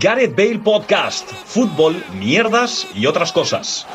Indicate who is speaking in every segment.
Speaker 1: Gareth Bale Podcast, fútbol, mierdas y otras cosas.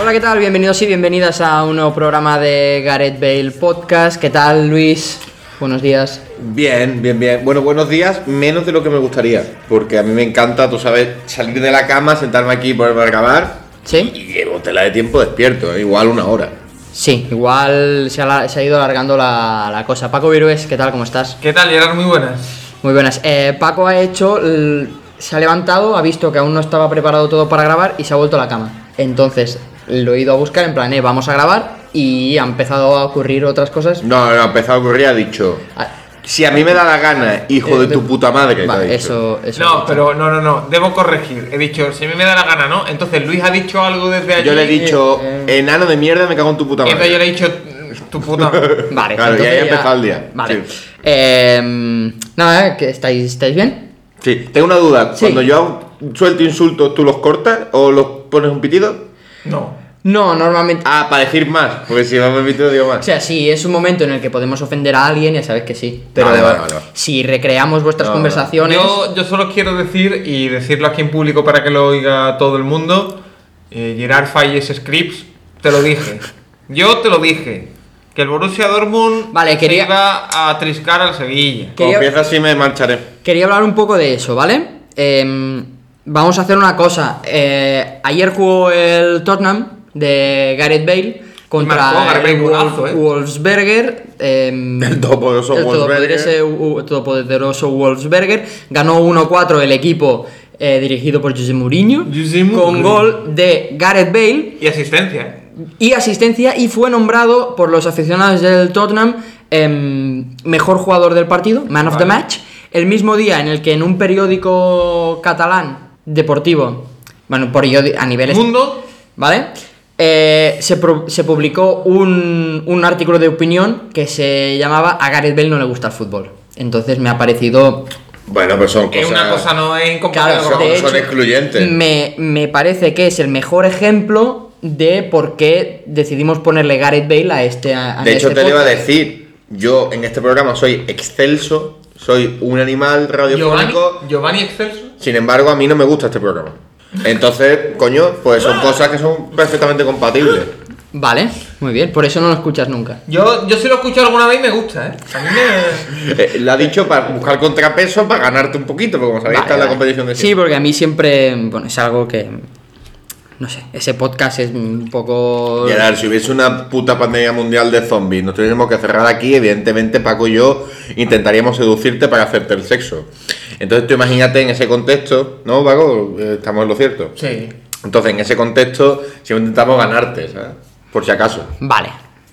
Speaker 2: Hola, ¿qué tal? Bienvenidos y bienvenidas a un nuevo programa de Gareth Bale Podcast. ¿Qué tal, Luis? Buenos días.
Speaker 3: Bien, bien, bien. Bueno, buenos días, menos de lo que me gustaría, porque a mí me encanta, tú sabes, salir de la cama, sentarme aquí y ponerme a grabar.
Speaker 2: ¿Sí?
Speaker 3: Y llevo tela de tiempo despierto, ¿eh? igual una hora.
Speaker 2: Sí, igual se ha, la- se ha ido alargando la, la cosa. Paco Virués, ¿qué tal? ¿Cómo estás?
Speaker 4: ¿Qué tal, Gerard? Muy buenas.
Speaker 2: Muy buenas. Eh, Paco ha hecho. l- Se ha levantado, ha visto que aún no estaba preparado todo para grabar y se ha vuelto a la cama. Entonces lo he ido a buscar en plan, eh, vamos a grabar y ha empezado a ocurrir otras cosas.
Speaker 3: No, no, ha empezado a ocurrir, ha dicho.
Speaker 2: Ah,
Speaker 3: Si a mí me da la gana, hijo de tu puta madre. te ha
Speaker 2: Vale,
Speaker 3: dicho.
Speaker 2: Ah, eso, eso.
Speaker 4: No, pero no, no, no. Debo corregir. He dicho, si a mí me da la gana, ¿no? Entonces Luis ha dicho algo desde allí.
Speaker 3: Yo le he dicho,
Speaker 2: eh,
Speaker 3: enano de mierda, me cago en tu puta
Speaker 4: Entonces yo
Speaker 3: madre.
Speaker 4: le he dicho, "Mm, tu puta. madre".
Speaker 2: Vale,
Speaker 3: Claro,
Speaker 2: entonces
Speaker 3: y ahí ha empezado el día.
Speaker 2: Vale.
Speaker 3: Sí.
Speaker 2: Eh, nada, ¿eh? ¿Que estáis, ¿estáis bien?
Speaker 3: Sí, tengo una duda.
Speaker 2: Sí.
Speaker 3: Cuando yo hago- suelto insultos, ¿tú los cortas o los pones un pitido?
Speaker 4: No.
Speaker 2: No, normalmente.
Speaker 3: Ah, para decir más, porque si vamos a pitido, digo
Speaker 2: O
Speaker 3: más.
Speaker 2: sea, si es un momento en el que podemos ofender a alguien, ya sabes que sí. Pero
Speaker 3: Vale, vale, vale, vale.
Speaker 2: si recreamos vuestras
Speaker 3: No, no, no.
Speaker 2: conversaciones.
Speaker 4: Yo, yo solo quiero decir, y decirlo aquí en público para que lo oiga todo el mundo, eh, Gerard Falles Scripps, te lo dije. Yo te lo dije. Que el Borussia Dortmund
Speaker 2: Vale, quería-
Speaker 4: se iba a triscar al Sevilla.
Speaker 2: que yo-
Speaker 3: Como empieza así, me marcharé.
Speaker 2: Quería hablar un poco de eso, ¿vale? Eh, vamos a hacer una cosa. Eh, ayer jugó el Tottenham de Gareth Bale
Speaker 4: Y marcó
Speaker 2: contra
Speaker 4: Gareth Bale,
Speaker 2: el Wolf-
Speaker 4: golazo, ¿eh?
Speaker 2: Wolfsberger. eh, el
Speaker 3: todopoderoso Wolfsberger.
Speaker 2: todopoderoso- u- todopoderoso Wolfsberger. Ganó 1-4 el equipo eh, dirigido por José Mourinho
Speaker 4: José Mourinho.
Speaker 2: con gol de Gareth Bale
Speaker 4: Y asistencia, ¿eh?
Speaker 2: y asistencia y fue nombrado por los aficionados del Tottenham em, mejor jugador del partido, man of the
Speaker 4: Vale.
Speaker 2: match, el mismo día en el que en un periódico catalán deportivo, bueno, periódi- a niveles...
Speaker 4: Mundo.
Speaker 2: ¿Vale? Eh, se, pro- se publicó un, un artículo de opinión que se llamaba A Gareth Bale no le gusta el fútbol. Entonces me ha parecido
Speaker 3: Bueno, pero son cosas.
Speaker 4: es una cosa no es incomparable
Speaker 2: Claro,
Speaker 4: con
Speaker 3: son-
Speaker 2: de
Speaker 3: son
Speaker 2: hecho,
Speaker 3: excluyentes.
Speaker 2: Me, me parece que es el mejor ejemplo de por qué decidimos ponerle Gareth Bale a este. a- a
Speaker 3: De hecho,
Speaker 2: este
Speaker 3: te lo iba a
Speaker 2: podcast.
Speaker 3: decir. Yo en este programa soy excelso, soy un animal
Speaker 4: Giovanni,
Speaker 3: radiofónico.
Speaker 4: Giovanni Excelso.
Speaker 3: Sin embargo, a mí no me gusta este programa. Entonces, coño, pues son cosas que son perfectamente compatibles.
Speaker 2: Vale, muy bien, por eso no lo escuchas nunca.
Speaker 4: Yo, yo si lo escucho alguna vez y me gusta, ¿eh? A mí me...
Speaker 3: Eh, lo ha dicho para buscar contrapeso, para ganarte un poquito, porque como sabéis,
Speaker 2: Vale,
Speaker 3: está en la
Speaker 2: vale.
Speaker 3: competición de
Speaker 2: Sí,
Speaker 3: siempre.
Speaker 2: porque a mí siempre. Bueno, es algo que. No sé, ese podcast es un poco.
Speaker 3: Gerard, si hubiese una puta pandemia mundial de zombies, nos tuviésemos que cerrar aquí, evidentemente Paco y yo intentaríamos seducirte para hacerte el sexo. Entonces tú imagínate en ese contexto, ¿no, Paco? Eh, Estamos en lo cierto.
Speaker 4: Sí.
Speaker 3: Entonces en ese contexto siempre intentamos ganarte, ¿sabes? Por si acaso.
Speaker 2: Vale.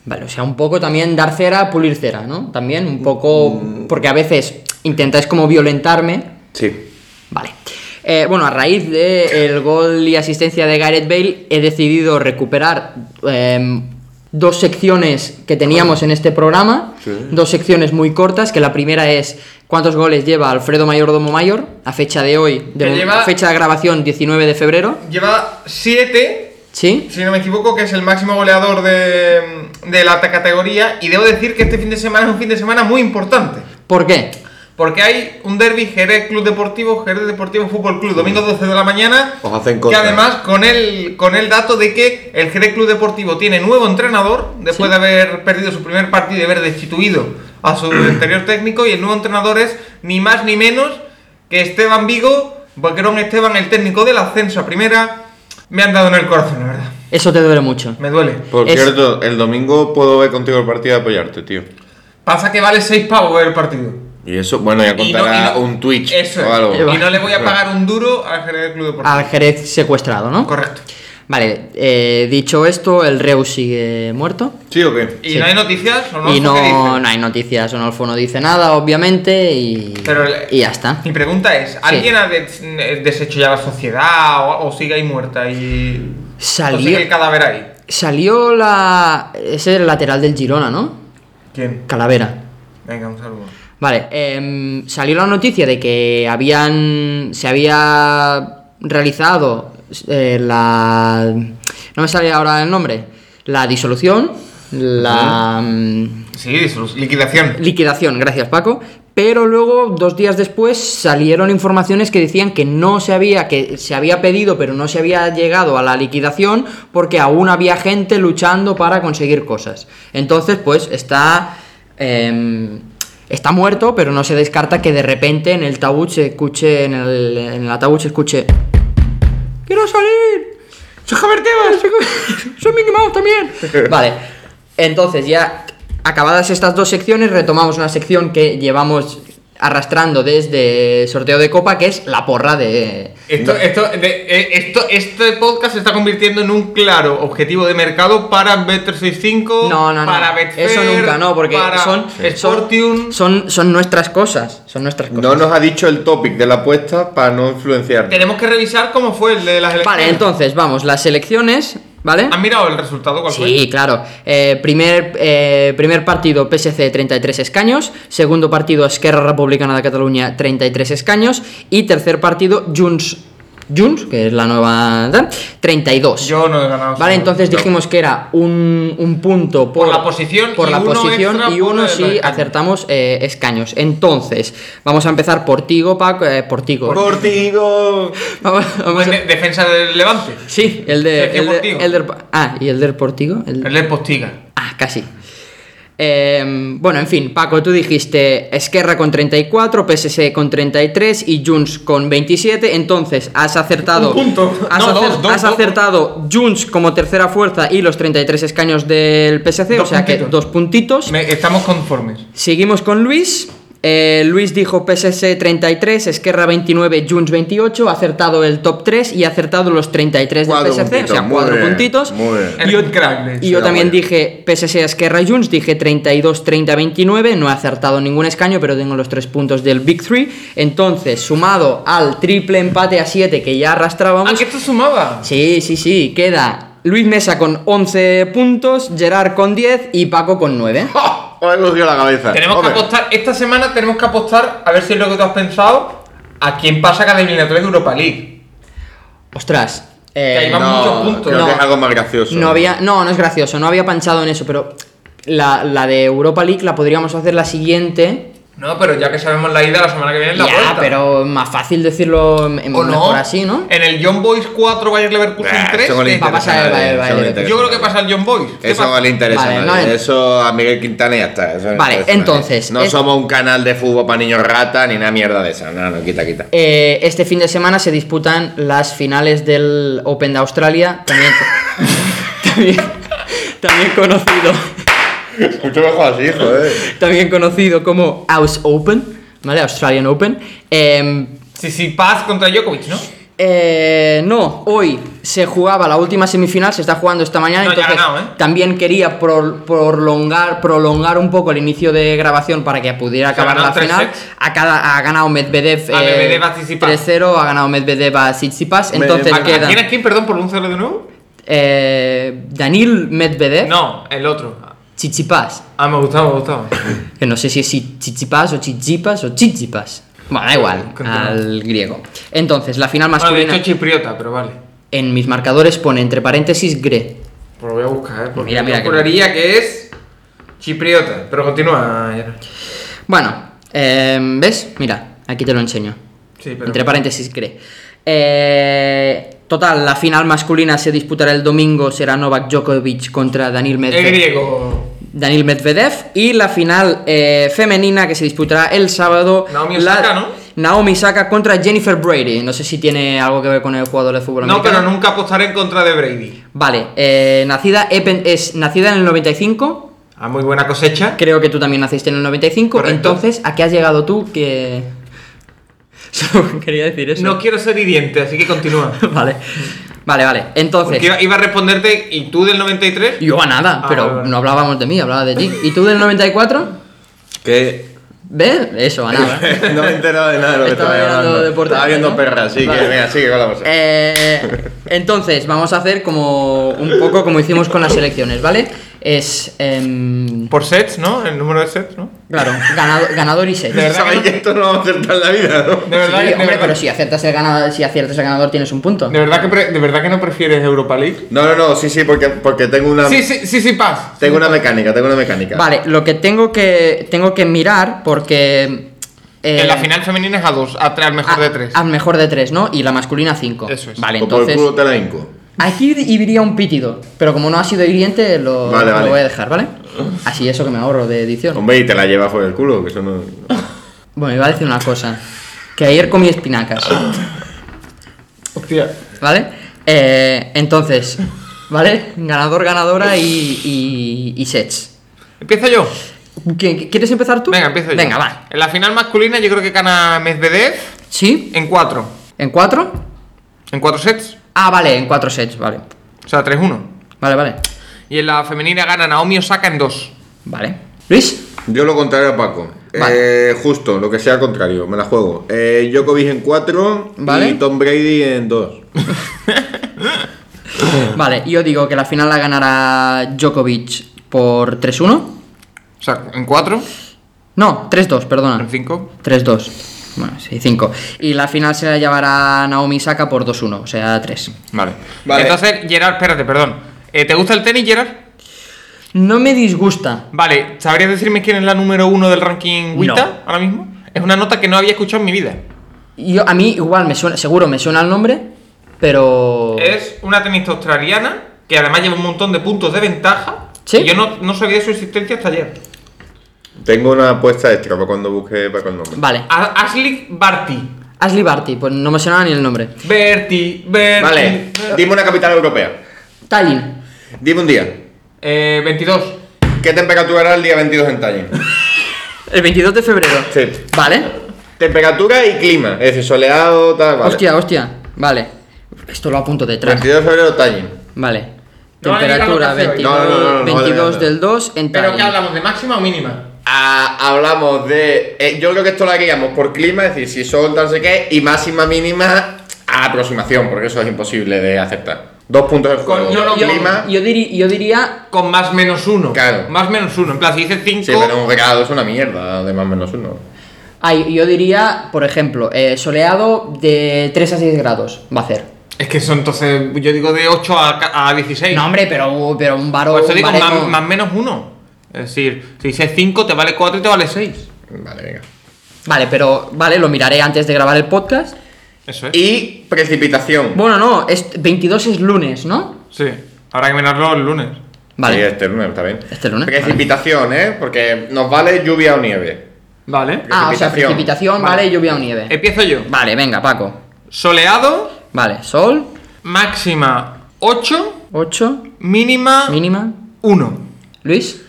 Speaker 2: Vale, o sea, un poco también dar cera, pulir cera, ¿no? También un poco.
Speaker 3: Mm.
Speaker 2: Porque a veces intentáis como violentarme.
Speaker 3: Sí.
Speaker 2: Vale. Eh, bueno, a raíz del gol y asistencia de Gareth Bale, he decidido recuperar em, dos secciones que teníamos en este programa. Dos secciones muy cortas, que la primera es cuántos goles lleva Alfredo Mayordomo Mayor a fecha de hoy, de
Speaker 4: Que
Speaker 2: mo-
Speaker 4: lleva-
Speaker 2: fecha de grabación 19 de febrero.
Speaker 4: Lleva 7,
Speaker 2: ¿Sí?
Speaker 4: si no me equivoco, que es el máximo goleador de, de la alta categoría. Y debo decir que este fin de semana es un fin de semana muy importante.
Speaker 2: ¿Por qué?
Speaker 4: Porque hay un derby Jerez Club Deportivo, Jerez Deportivo Fútbol Club, domingo 12 de la mañana.
Speaker 3: Os hacen ¿eh?
Speaker 4: que
Speaker 3: cosas.
Speaker 4: además con el, con el dato de que el Jerez Club Deportivo tiene nuevo entrenador, después de haber perdido su primer partido y haber destituido a su anterior técnico, y el nuevo entrenador es ni más ni menos que Esteban Vigo, Boquerón Esteban, el técnico del ascenso a primera. Me han dado en el corazón, la verdad.
Speaker 2: Eso te duele mucho.
Speaker 4: Me duele.
Speaker 3: Por
Speaker 2: Es-
Speaker 3: cierto, el domingo puedo ver contigo el partido y apoyarte, tío.
Speaker 4: Pasa que vale 6 pavos ver el partido.
Speaker 3: Y eso, bueno, ya
Speaker 4: Y no-
Speaker 3: contará
Speaker 4: y no-
Speaker 3: un Twitch
Speaker 4: Eso es.
Speaker 3: o algo.
Speaker 4: Y no le voy a pagar un duro al Jerez Club Deportivo.
Speaker 2: Al Jerez secuestrado, ¿no?
Speaker 4: Correcto.
Speaker 2: Vale, eh, dicho esto, el Reus sigue muerto.
Speaker 3: ¿Sí o qué?
Speaker 4: Y
Speaker 2: Sí.
Speaker 4: no hay noticias, ¿o no?
Speaker 2: Y
Speaker 4: ¿Qué
Speaker 2: no,
Speaker 4: dicen?
Speaker 2: no hay noticias, Onolfo no dice nada, obviamente, y,
Speaker 4: Pero el-
Speaker 2: y ya está.
Speaker 4: Mi pregunta es, ¿alguien ha des- eh, deshecho ya la sociedad o, o sigue ahí muerta y
Speaker 2: Salió-
Speaker 4: o sigue el cadáver ahí?
Speaker 2: Salió la... ese el lateral del Girona, ¿no?
Speaker 4: ¿Quién?
Speaker 2: Calavera.
Speaker 4: Venga, un saludo.
Speaker 2: Vale, em, salió la noticia de que habían... se había realizado eh, la... no me sale ahora el nombre, la disolución la mm,
Speaker 4: Sí, su liquidación.
Speaker 2: liquidación, gracias Paco. Pero luego, dos días después, salieron informaciones que decían que no se había, que se había pedido, pero no se había llegado a la liquidación, porque aún había gente luchando para conseguir cosas. Entonces, pues, está. em, está muerto, pero no se descarta que de repente en el ataúd se escuche. En el, en el ataúd se escuche. ¡Quiero salir! ¡Soy Javier Tebas! ¡Soy, soy Mickey Mouse también! Vale, entonces ya acabadas estas dos secciones, retomamos una sección que llevamos arrastrando desde sorteo de copa, que es la porra de...
Speaker 4: Esto, esto, de- eh, esto, este podcast se está convirtiendo en un claro objetivo de mercado para Bet365,
Speaker 2: No, no, no.
Speaker 4: para Betfair,
Speaker 2: Eso nunca, no, porque
Speaker 4: para
Speaker 2: son,
Speaker 4: Sportium.
Speaker 2: son, son, son nuestras cosas. Son nuestras cosas.
Speaker 3: No nos ha dicho el topic de la apuesta para no influenciar.
Speaker 4: Tenemos que revisar cómo fue el de las elecciones.
Speaker 2: Vale, entonces, vamos, las elecciones, ¿vale?
Speaker 4: ¿Han mirado el resultado? ¿Cuál
Speaker 2: Sí, claro. Eh, primer, eh, primer partido PSC 33 escaños, segundo partido Esquerra Republicana de Cataluña 33 escaños y tercer partido Junts, Junts que es la nueva ¿eh? tal, 32.
Speaker 4: fue? Yo no he ganado.
Speaker 2: Vale,
Speaker 4: seguro.
Speaker 2: entonces dijimos que era un, un punto por,
Speaker 4: Por la posición
Speaker 2: por
Speaker 4: y
Speaker 2: la
Speaker 4: uno
Speaker 2: posición
Speaker 4: extra
Speaker 2: y
Speaker 4: por
Speaker 2: uno
Speaker 4: el
Speaker 2: si
Speaker 4: escaño.
Speaker 2: acertamos eh, escaños. Entonces, vamos a empezar por Tigo, Paco, eh, por Tigo.
Speaker 3: Cortigo.
Speaker 2: Vamos- vamos a-
Speaker 4: De- defensa del Levante.
Speaker 2: Sí, el de,
Speaker 4: Sergio
Speaker 2: el de-
Speaker 4: Portigo.
Speaker 2: el del- ah, y el del Portigo, el-
Speaker 4: El de Postiga.
Speaker 2: Ah, casi. Eh, bueno, en fin, Paco, tú dijiste Esquerra con 34, PSC con 33 y Junts con 27. Entonces, has acertado.
Speaker 4: Un punto.
Speaker 2: Has,
Speaker 4: No,
Speaker 2: acer-
Speaker 4: dos, dos,
Speaker 2: has
Speaker 4: dos.
Speaker 2: acertado Junts como tercera fuerza y los 33 escaños del PSC, o
Speaker 4: Dos
Speaker 2: sea que
Speaker 4: puntitos.
Speaker 2: dos puntitos.
Speaker 4: Me- estamos conformes.
Speaker 2: Seguimos con Luis. Eh, Luis dijo PSC 33, Esquerra 29, Junts 28. Ha acertado el top 3 y ha acertado los 33 del
Speaker 3: Cuatro
Speaker 2: PSC, o sea,
Speaker 3: puntitos, muy
Speaker 2: cuatro
Speaker 3: bien,
Speaker 2: puntitos.
Speaker 3: muy bien.
Speaker 2: Y
Speaker 4: Eres un crack, de hecho.
Speaker 2: y yo
Speaker 3: Será
Speaker 2: también
Speaker 3: bueno.
Speaker 2: dije PSC Esquerra Junts, dije 32, 30, 29, no he acertado ningún escaño, pero tengo los tres puntos del Big Three. Entonces, sumado al triple empate a 7 que ya
Speaker 4: Ah,
Speaker 2: arrastrábamos.
Speaker 4: que esto sumaba.
Speaker 2: Sí, sí, sí, queda Luis Mesa con 11 puntos, Gerard con 10 y Paco con 9.
Speaker 3: Os he cogido la cabeza.
Speaker 4: Tenemos
Speaker 3: Hombre,
Speaker 4: que apostar, esta semana tenemos que apostar, a ver si es lo que tú has pensado, a quién pasa cada eliminatoria de Europa League.
Speaker 2: Ostras.
Speaker 4: Que ahí
Speaker 2: eh,
Speaker 4: van
Speaker 3: no,
Speaker 4: muchos puntos.
Speaker 3: Creo
Speaker 2: No.
Speaker 3: que es algo más gracioso.
Speaker 2: no había, no, no es gracioso, no había panchado en eso, pero la, la de Europa League la podríamos hacer la siguiente.
Speaker 4: No, pero ya que sabemos la ida, la semana que viene es la
Speaker 2: ya,
Speaker 4: vuelta.
Speaker 2: pero más fácil decirlo en- en-
Speaker 4: ¿O no?
Speaker 2: mejor así, ¿no?
Speaker 4: En el John Boys 4 Bayer Leverkusen
Speaker 3: Ah,
Speaker 4: 3.
Speaker 3: eso no le
Speaker 4: eh,
Speaker 2: Va a
Speaker 3: interesa
Speaker 2: pasar
Speaker 3: a
Speaker 2: el
Speaker 3: nadie,
Speaker 2: baile,
Speaker 3: eso no le
Speaker 2: baile.
Speaker 3: interesa
Speaker 4: yo creo
Speaker 3: a
Speaker 4: que
Speaker 3: nadie.
Speaker 4: pasa el John Boys. ¿Qué
Speaker 3: Eso
Speaker 4: pasa?
Speaker 3: no le interesa
Speaker 2: Vale,
Speaker 3: a
Speaker 2: no
Speaker 3: nadie.
Speaker 2: le-
Speaker 3: Eso a Miguel Quintana ya está. eso no le
Speaker 2: Vale,
Speaker 3: interesa a nadie.
Speaker 2: entonces,
Speaker 3: No
Speaker 2: es-
Speaker 3: somos un canal de fútbol para niños rata ni una mierda de esa. No, no, quita, quita.
Speaker 2: Eh, este fin de semana se disputan las finales del Open de Australia, también, también, también conocido,
Speaker 3: Mucho mejor así, joder.
Speaker 2: también conocido como Aus Open, ¿vale? Australian Open. Eh,
Speaker 4: Sí, sí, Paz contra Djokovic, ¿no?
Speaker 2: eh, no, hoy se jugaba la última semifinal, se está jugando esta mañana,
Speaker 4: No, ya ha
Speaker 2: entonces
Speaker 4: ganado, ¿eh?
Speaker 2: también quería pro- prolongar, prolongar un poco el inicio de grabación para que pudiera
Speaker 4: Se ha
Speaker 2: acabar la
Speaker 4: ganado tres
Speaker 2: final.
Speaker 4: sets.
Speaker 2: Ha, cada- ha ganado Medvedev,
Speaker 4: A
Speaker 2: eh,
Speaker 4: Medvedev a Tsitsipas.
Speaker 2: 3-0, ha ganado Medvedev a Tsitsipas, entonces
Speaker 3: ¿A-
Speaker 4: ¿A- a
Speaker 2: queda...
Speaker 4: ¿Quién es quién? Perdón, por un cero de nuevo.
Speaker 2: Eh, Danil Medvedev,
Speaker 4: No, el otro.
Speaker 2: Chichipas.
Speaker 4: Ah, me gustaba, me gustaba.
Speaker 2: Que no sé si es chi- Chichipas o Chichipas o Chichipas. Bueno, da igual,
Speaker 4: Continúa.
Speaker 2: al griego. Entonces, la final
Speaker 4: Bueno, Ah, de
Speaker 2: masculina.
Speaker 4: hecho chipriota, pero vale.
Speaker 2: en mis marcadores pone entre paréntesis GRE.
Speaker 4: Pues Lo voy a buscar, ¿eh? Porque
Speaker 2: Mira, mira
Speaker 4: yo
Speaker 2: que-
Speaker 4: juraría que es chipriota. Pero continúa, Yara.
Speaker 2: Bueno, eh, ¿ves? Mira, aquí te lo enseño.
Speaker 4: Sí, pero...
Speaker 2: Entre paréntesis, cree. Eh, total, la final masculina se disputará el domingo. Será Novak Djokovic contra Danil
Speaker 4: El
Speaker 2: Medvedev.
Speaker 4: griego.
Speaker 2: Daniel Medvedev y la final eh, femenina que se disputará el sábado.
Speaker 4: Naomi
Speaker 2: la-
Speaker 4: Osaka, ¿no?
Speaker 2: Naomi Osaka contra Jennifer Brady. No sé si tiene algo que ver con el jugador de fútbol
Speaker 4: No,
Speaker 2: americano.
Speaker 4: pero nunca apostaré en contra de Brady.
Speaker 2: Vale, eh, nacida, Epen- es nacida en el 95.
Speaker 4: Ah, muy buena cosecha.
Speaker 2: Creo que tú también naciste en el 95.
Speaker 4: Correcto.
Speaker 2: Entonces, ¿a qué has llegado tú? Que. Solo quería decir eso.
Speaker 4: No quiero ser hiriente, así que continúa.
Speaker 2: Vale, vale, vale. Entonces.
Speaker 4: Porque iba, iba a responderte, ¿y tú del 93?
Speaker 2: Yo a nada,
Speaker 4: Ah,
Speaker 2: pero
Speaker 4: vale, vale.
Speaker 2: no hablábamos de mí, hablaba de ti. ¿Y tú del 94?
Speaker 3: Que
Speaker 2: ¿Ves? Eso, a nada.
Speaker 3: no me he enterado de nada de lo que
Speaker 2: Ah, Estaba
Speaker 3: estaba
Speaker 2: mirando
Speaker 3: hablando.
Speaker 2: deporte,
Speaker 3: Estaba viendo
Speaker 2: ¿no?
Speaker 3: perras, así
Speaker 2: Vale.
Speaker 3: que venga, sigue con la cosa.
Speaker 2: Eh, entonces, vamos a hacer como un poco como hicimos con las elecciones, ¿vale? Es. em,
Speaker 4: Por sets, ¿no? El número de sets, ¿no?
Speaker 2: Claro, ganado- ganador y seis.
Speaker 4: De verdad
Speaker 3: Sabéis
Speaker 4: que
Speaker 3: que
Speaker 4: no-
Speaker 3: esto no va a acertar en la vida,
Speaker 4: De verdad,
Speaker 3: ¿no?
Speaker 2: Sí,
Speaker 4: que- de,
Speaker 2: hombre,
Speaker 4: verdad,
Speaker 2: pero si aciertas el ganador, si aciertas el ganador tienes un punto.
Speaker 4: de verdad que pre- de verdad que no prefieres Europa League.
Speaker 3: No, no, no, sí, sí, porque, porque tengo una.
Speaker 4: Sí, sí, sí, sí, paz.
Speaker 3: Tengo una mecánica, tengo una mecánica.
Speaker 2: Vale, lo que tengo que tengo que mirar porque eh,
Speaker 4: en la final femenina es a dos, a tres, al mejor
Speaker 2: a-
Speaker 4: de tres.
Speaker 2: Al mejor de tres, ¿no? Y la masculina cinco.
Speaker 4: Eso es.
Speaker 2: Vale,
Speaker 3: O por el
Speaker 2: entonces.
Speaker 3: culo te la hinco.
Speaker 2: Aquí iría un pítido, pero como no ha sido hiriente, lo,
Speaker 3: Vale,
Speaker 2: lo
Speaker 3: vale.
Speaker 2: voy a dejar, ¿vale? Así eso que me ahorro de edición.
Speaker 3: Hombre, y te la llevas por el culo, que eso no.
Speaker 2: Bueno, iba a decir una cosa. Que ayer comí espinacas,
Speaker 4: Hostia.
Speaker 2: ¿vale? Eh, entonces, ¿vale? Ganador, ganadora y, y, y sets.
Speaker 4: Empiezo yo.
Speaker 2: ¿Qui- ¿Quieres empezar tú?
Speaker 4: Venga, empiezo yo.
Speaker 2: Venga, va.
Speaker 4: En la final masculina yo creo que gana Medvedev
Speaker 2: ¿Sí?
Speaker 4: en cuatro.
Speaker 2: ¿En cuatro?
Speaker 4: En cuatro sets.
Speaker 2: Ah, vale, en cuatro sets, vale.
Speaker 4: O sea, 3-1.
Speaker 2: Vale, vale.
Speaker 4: Y en la femenina gana Naomi Osaka en dos.
Speaker 2: Vale. Luis,
Speaker 3: Yo lo contrario a Paco.
Speaker 2: Vale.
Speaker 3: Eh, justo, lo que sea al contrario, me la juego. Eh, Djokovic en 4
Speaker 2: Vale.
Speaker 3: y Tom Brady en 2.
Speaker 2: vale, yo digo que la final la ganará Djokovic por 3-1.
Speaker 4: O sea, en cuatro.
Speaker 2: No, 3-2, perdona.
Speaker 4: En cinco.
Speaker 2: 3-2. Bueno, sí, 5. Y la final se la llevará Naomi Saka por 2-1, o sea, 3.
Speaker 4: Vale.
Speaker 3: Vale.
Speaker 4: Entonces, Gerard, espérate, perdón. Eh, ¿Te gusta el tenis, Gerard?
Speaker 2: No me disgusta.
Speaker 4: Vale, ¿sabrías decirme quién es la número uno del ranking WTA ahora mismo? Es una nota que no había escuchado en mi vida.
Speaker 2: Yo, a mí igual me suena, seguro me suena el nombre, pero...
Speaker 4: Es una tenista australiana que además lleva un montón de puntos de ventaja.
Speaker 2: Sí.
Speaker 4: Y Yo no, no sabía de su existencia hasta ayer.
Speaker 3: Tengo una apuesta extra para cuando busque Paco el nombre.
Speaker 2: Vale.
Speaker 4: A- Ashley Barty.
Speaker 2: Ashley Barty, pues no me sonaba ni el nombre.
Speaker 4: Berti, Berti.
Speaker 3: Vale, dime una capital europea.
Speaker 2: Tallinn.
Speaker 3: Dime un día.
Speaker 4: Eh, 22.
Speaker 3: ¿Qué temperatura era el día 22 en Tallinn?
Speaker 2: El 22 de febrero.
Speaker 3: Sí.
Speaker 2: Vale.
Speaker 3: Temperatura y clima. Es decir, soleado, tal, vale.
Speaker 2: Hostia, hostia. Vale. Esto lo apunto detrás.
Speaker 3: 22 de febrero, Tallinn.
Speaker 2: Vale.
Speaker 4: No vale,
Speaker 2: Temperatura
Speaker 4: diga lo que hace
Speaker 2: 22,
Speaker 3: hoy. No, no, no, no, no,
Speaker 2: 22
Speaker 3: no, no.
Speaker 2: del 2 en
Speaker 4: ¿Pero qué
Speaker 2: Tallinn.
Speaker 4: hablamos? ¿De máxima o mínima?
Speaker 3: Ah, hablamos de. eh, yo creo que esto lo haríamos por clima, es decir, si sol, tal, no sé qué, y máxima mínima a aproximación, porque eso es imposible de aceptar. Dos puntos del juego.
Speaker 4: Coño, no,
Speaker 2: Yo,
Speaker 3: clima,
Speaker 2: yo diri- yo diría
Speaker 4: Con más menos uno.
Speaker 3: Claro.
Speaker 4: Más menos uno. En plan, si dices 5.
Speaker 3: sí, pero un grado es una mierda, de más menos uno.
Speaker 2: Ay, yo diría, por ejemplo, eh, soleado de 3 a 6 grados va a hacer.
Speaker 4: Es que son entonces, yo digo de 8 a, ca- a 16.
Speaker 2: No, hombre, pero, pero un varón.
Speaker 4: Por eso digo
Speaker 2: un varón
Speaker 4: más,
Speaker 2: no.
Speaker 4: más menos uno. Es decir, si dices 5, te vale 4 y te vale 6.
Speaker 3: Vale, venga.
Speaker 2: Vale, pero vale, lo miraré antes de grabar el podcast.
Speaker 4: Eso es.
Speaker 3: Y precipitación.
Speaker 2: Bueno, no, es, 22 es lunes, ¿no?
Speaker 4: Sí. Habrá que mirarlo el lunes.
Speaker 3: Sí,
Speaker 2: Vale.
Speaker 3: este lunes, está bien.
Speaker 2: Este lunes,
Speaker 3: Precipitación, ¿eh? Porque nos vale lluvia o nieve.
Speaker 4: Vale.
Speaker 2: ah, o sea,
Speaker 3: precipitación.
Speaker 2: precipitación, vale,
Speaker 4: Vale. Eh.
Speaker 2: lluvia o nieve.
Speaker 4: Empiezo yo.
Speaker 2: Vale, venga, Paco.
Speaker 4: Soleado,
Speaker 2: Vale, sol,
Speaker 4: máxima 8,
Speaker 2: 8,
Speaker 4: mínima
Speaker 2: mínima.
Speaker 4: 1.
Speaker 2: Luis,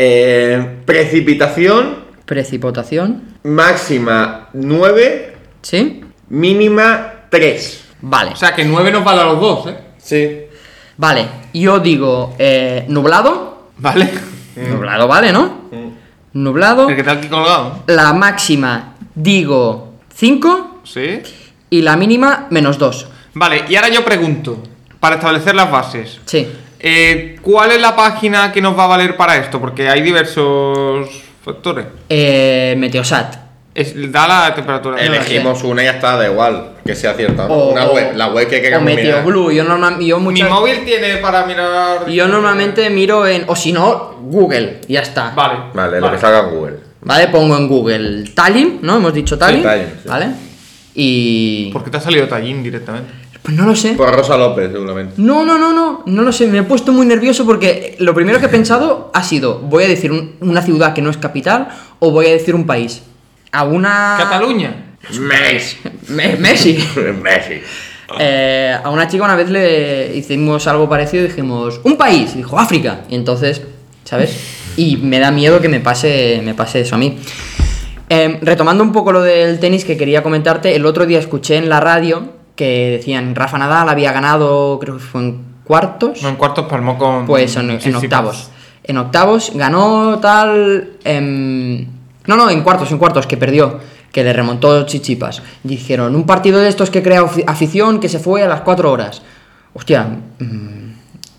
Speaker 3: Eh, precipitación
Speaker 2: precipitación,
Speaker 3: máxima 9,
Speaker 2: ¿sí?
Speaker 3: mínima 3.
Speaker 2: Vale,
Speaker 4: O sea que 9 nos vale a los dos, ¿eh?
Speaker 3: Sí.
Speaker 2: vale, yo digo eh, nublado.
Speaker 4: Vale.
Speaker 2: Nublado, vale, ¿no? Nublado.
Speaker 4: El que está aquí colgado.
Speaker 2: La máxima, digo 5
Speaker 4: Sí.
Speaker 2: y la mínima, menos 2.
Speaker 4: Vale, y ahora yo pregunto, para establecer las bases.
Speaker 2: Sí.
Speaker 4: Eh, ¿Cuál es la página que nos va a valer para esto? Porque hay diversos factores.
Speaker 2: Eh, Meteosat.
Speaker 4: Es- da la temperatura.
Speaker 2: El-
Speaker 3: Elegimos una y ya está, da igual que sea cierta. ¿no?
Speaker 2: O,
Speaker 3: una
Speaker 2: o-
Speaker 3: web, la web que
Speaker 2: o
Speaker 3: queramos mirar.
Speaker 2: Meteoblue. Yo, norma- yo,
Speaker 4: Mi
Speaker 2: muchas-
Speaker 4: móvil tiene para mirar.
Speaker 2: yo normalmente miro en. O si no, Google. Ya está. Vale,
Speaker 4: Vale.
Speaker 3: Vale, lo que salga en Google.
Speaker 2: pongo en Google Tallinn, ¿no? Hemos dicho Tallinn.
Speaker 3: Tallinn, sí.
Speaker 2: Vale. Y.
Speaker 4: ¿Por qué te ha salido Tallinn directamente?
Speaker 2: Pues no lo sé.
Speaker 3: Por Rosa López, seguramente.
Speaker 2: No, no, no, no, no lo sé, me he puesto muy nervioso porque lo primero que he pensado ha sido, voy a decir un- una ciudad que no es capital o voy a decir un país. A una...
Speaker 4: Cataluña.
Speaker 3: Messi.
Speaker 2: Me- Messi.
Speaker 3: Messi.
Speaker 2: Eh, a una chica una vez le hicimos algo parecido y dijimos, un país, y dijo África. Y entonces, ¿sabes? Y me da miedo que me pase, me pase eso a mí. Eh, retomando un poco lo del tenis que quería comentarte, el otro día escuché en la radio que decían, Rafa Nadal había ganado, creo que fue en cuartos.
Speaker 4: No, en cuartos palmó con.
Speaker 2: Pues en, en
Speaker 4: Tsitsipas.
Speaker 2: octavos. En octavos ganó tal. em, no, no, en cuartos, en cuartos, que perdió. Que le remontó Chichipas. Dijeron, un partido de estos que crea ofi- afición que se fue a las 4 horas. Hostia, mm,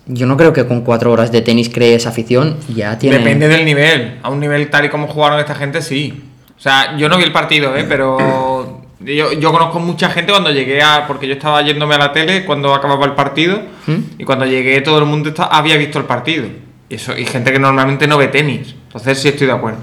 Speaker 2: Yo no creo que con cuatro horas de tenis crees afición. Ya tiene.
Speaker 4: Depende del nivel. A un nivel tal y como jugaron esta gente, sí. O sea, yo no vi el partido, ¿eh? pero yo, yo conozco mucha gente cuando llegué a. Porque yo estaba yéndome a la tele cuando acababa el partido.
Speaker 2: ¿Mm?
Speaker 4: Y cuando llegué, todo el mundo esta- había visto el partido. Y, eso, y gente que normalmente no ve tenis. Entonces, sí estoy de acuerdo.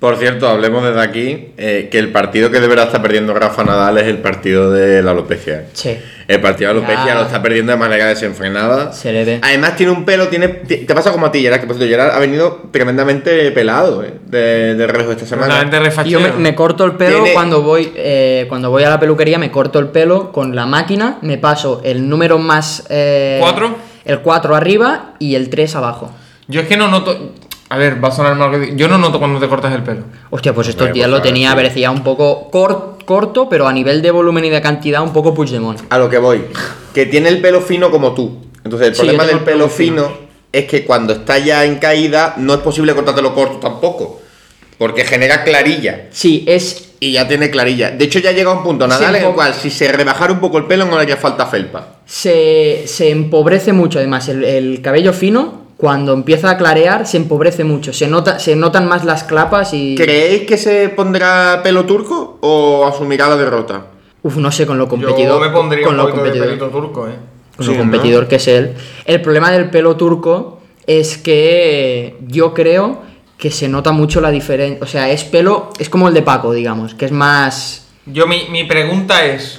Speaker 3: Por cierto, hablemos desde aquí eh, que el partido que de verdad está perdiendo Rafa Nadal es el partido de la alopecia.
Speaker 2: Sí.
Speaker 3: El partido de alopecia
Speaker 2: Ya.
Speaker 3: lo está perdiendo de manera desenfrenada.
Speaker 2: Se le ve.
Speaker 3: Además tiene un pelo, tiene ti- te pasa como a ti, Gerard, que por cierto, Gerard ha venido tremendamente pelado eh, de, de relevo esta semana.
Speaker 4: Realmente
Speaker 2: Y Yo me, me corto el pelo
Speaker 3: Tiene-
Speaker 2: cuando voy eh, cuando voy a la peluquería, me corto el pelo con la máquina, me paso el número más. eh,
Speaker 4: ¿Cuatro?
Speaker 2: El 4 arriba y el 3 abajo.
Speaker 4: Yo es que no noto. A ver, va a sonar mal. que diga- Yo no noto cuando te cortas el pelo.
Speaker 2: Hostia, pues estos
Speaker 3: Hombre,
Speaker 2: días
Speaker 3: pues
Speaker 2: lo
Speaker 3: ahora
Speaker 2: tenía,
Speaker 3: sí.
Speaker 2: parecía un poco cor- corto, pero a nivel de volumen y de cantidad, un poco Puigdemont.
Speaker 3: A lo que voy, que tiene el pelo fino como tú. Entonces el
Speaker 2: Sí,
Speaker 3: problema
Speaker 2: yo tengo
Speaker 3: del
Speaker 2: el pelo
Speaker 3: pelo fino, es que cuando está ya en caída no es posible cortártelo corto tampoco, porque genera clarilla.
Speaker 2: Sí, es.
Speaker 3: Y ya tiene clarilla. De hecho, ya llega un punto,
Speaker 2: Sí, un
Speaker 3: Nadal, en el
Speaker 2: poco.
Speaker 3: cual si se rebajara un poco el pelo no le haría falta felpa.
Speaker 2: Se, se empobrece mucho, además. El, el cabello fino, cuando empieza a clarear, se empobrece mucho. Se, nota, se notan más las clapas y.
Speaker 3: ¿Creéis que se pondrá pelo turco o asumirá la derrota?
Speaker 2: Uf, no sé, con lo competidor.
Speaker 4: Yo me pondría
Speaker 2: con
Speaker 4: un
Speaker 2: lo
Speaker 4: poquito de
Speaker 2: competidor.
Speaker 4: pelito turco, ¿eh?
Speaker 2: con
Speaker 3: Sí,
Speaker 2: lo
Speaker 3: ¿no?
Speaker 2: competidor que es él. El problema del pelo turco es que yo creo que se nota mucho la diferencia. O sea, es pelo, es como el de Paco, digamos, que es más.
Speaker 4: Yo, mi, mi pregunta es.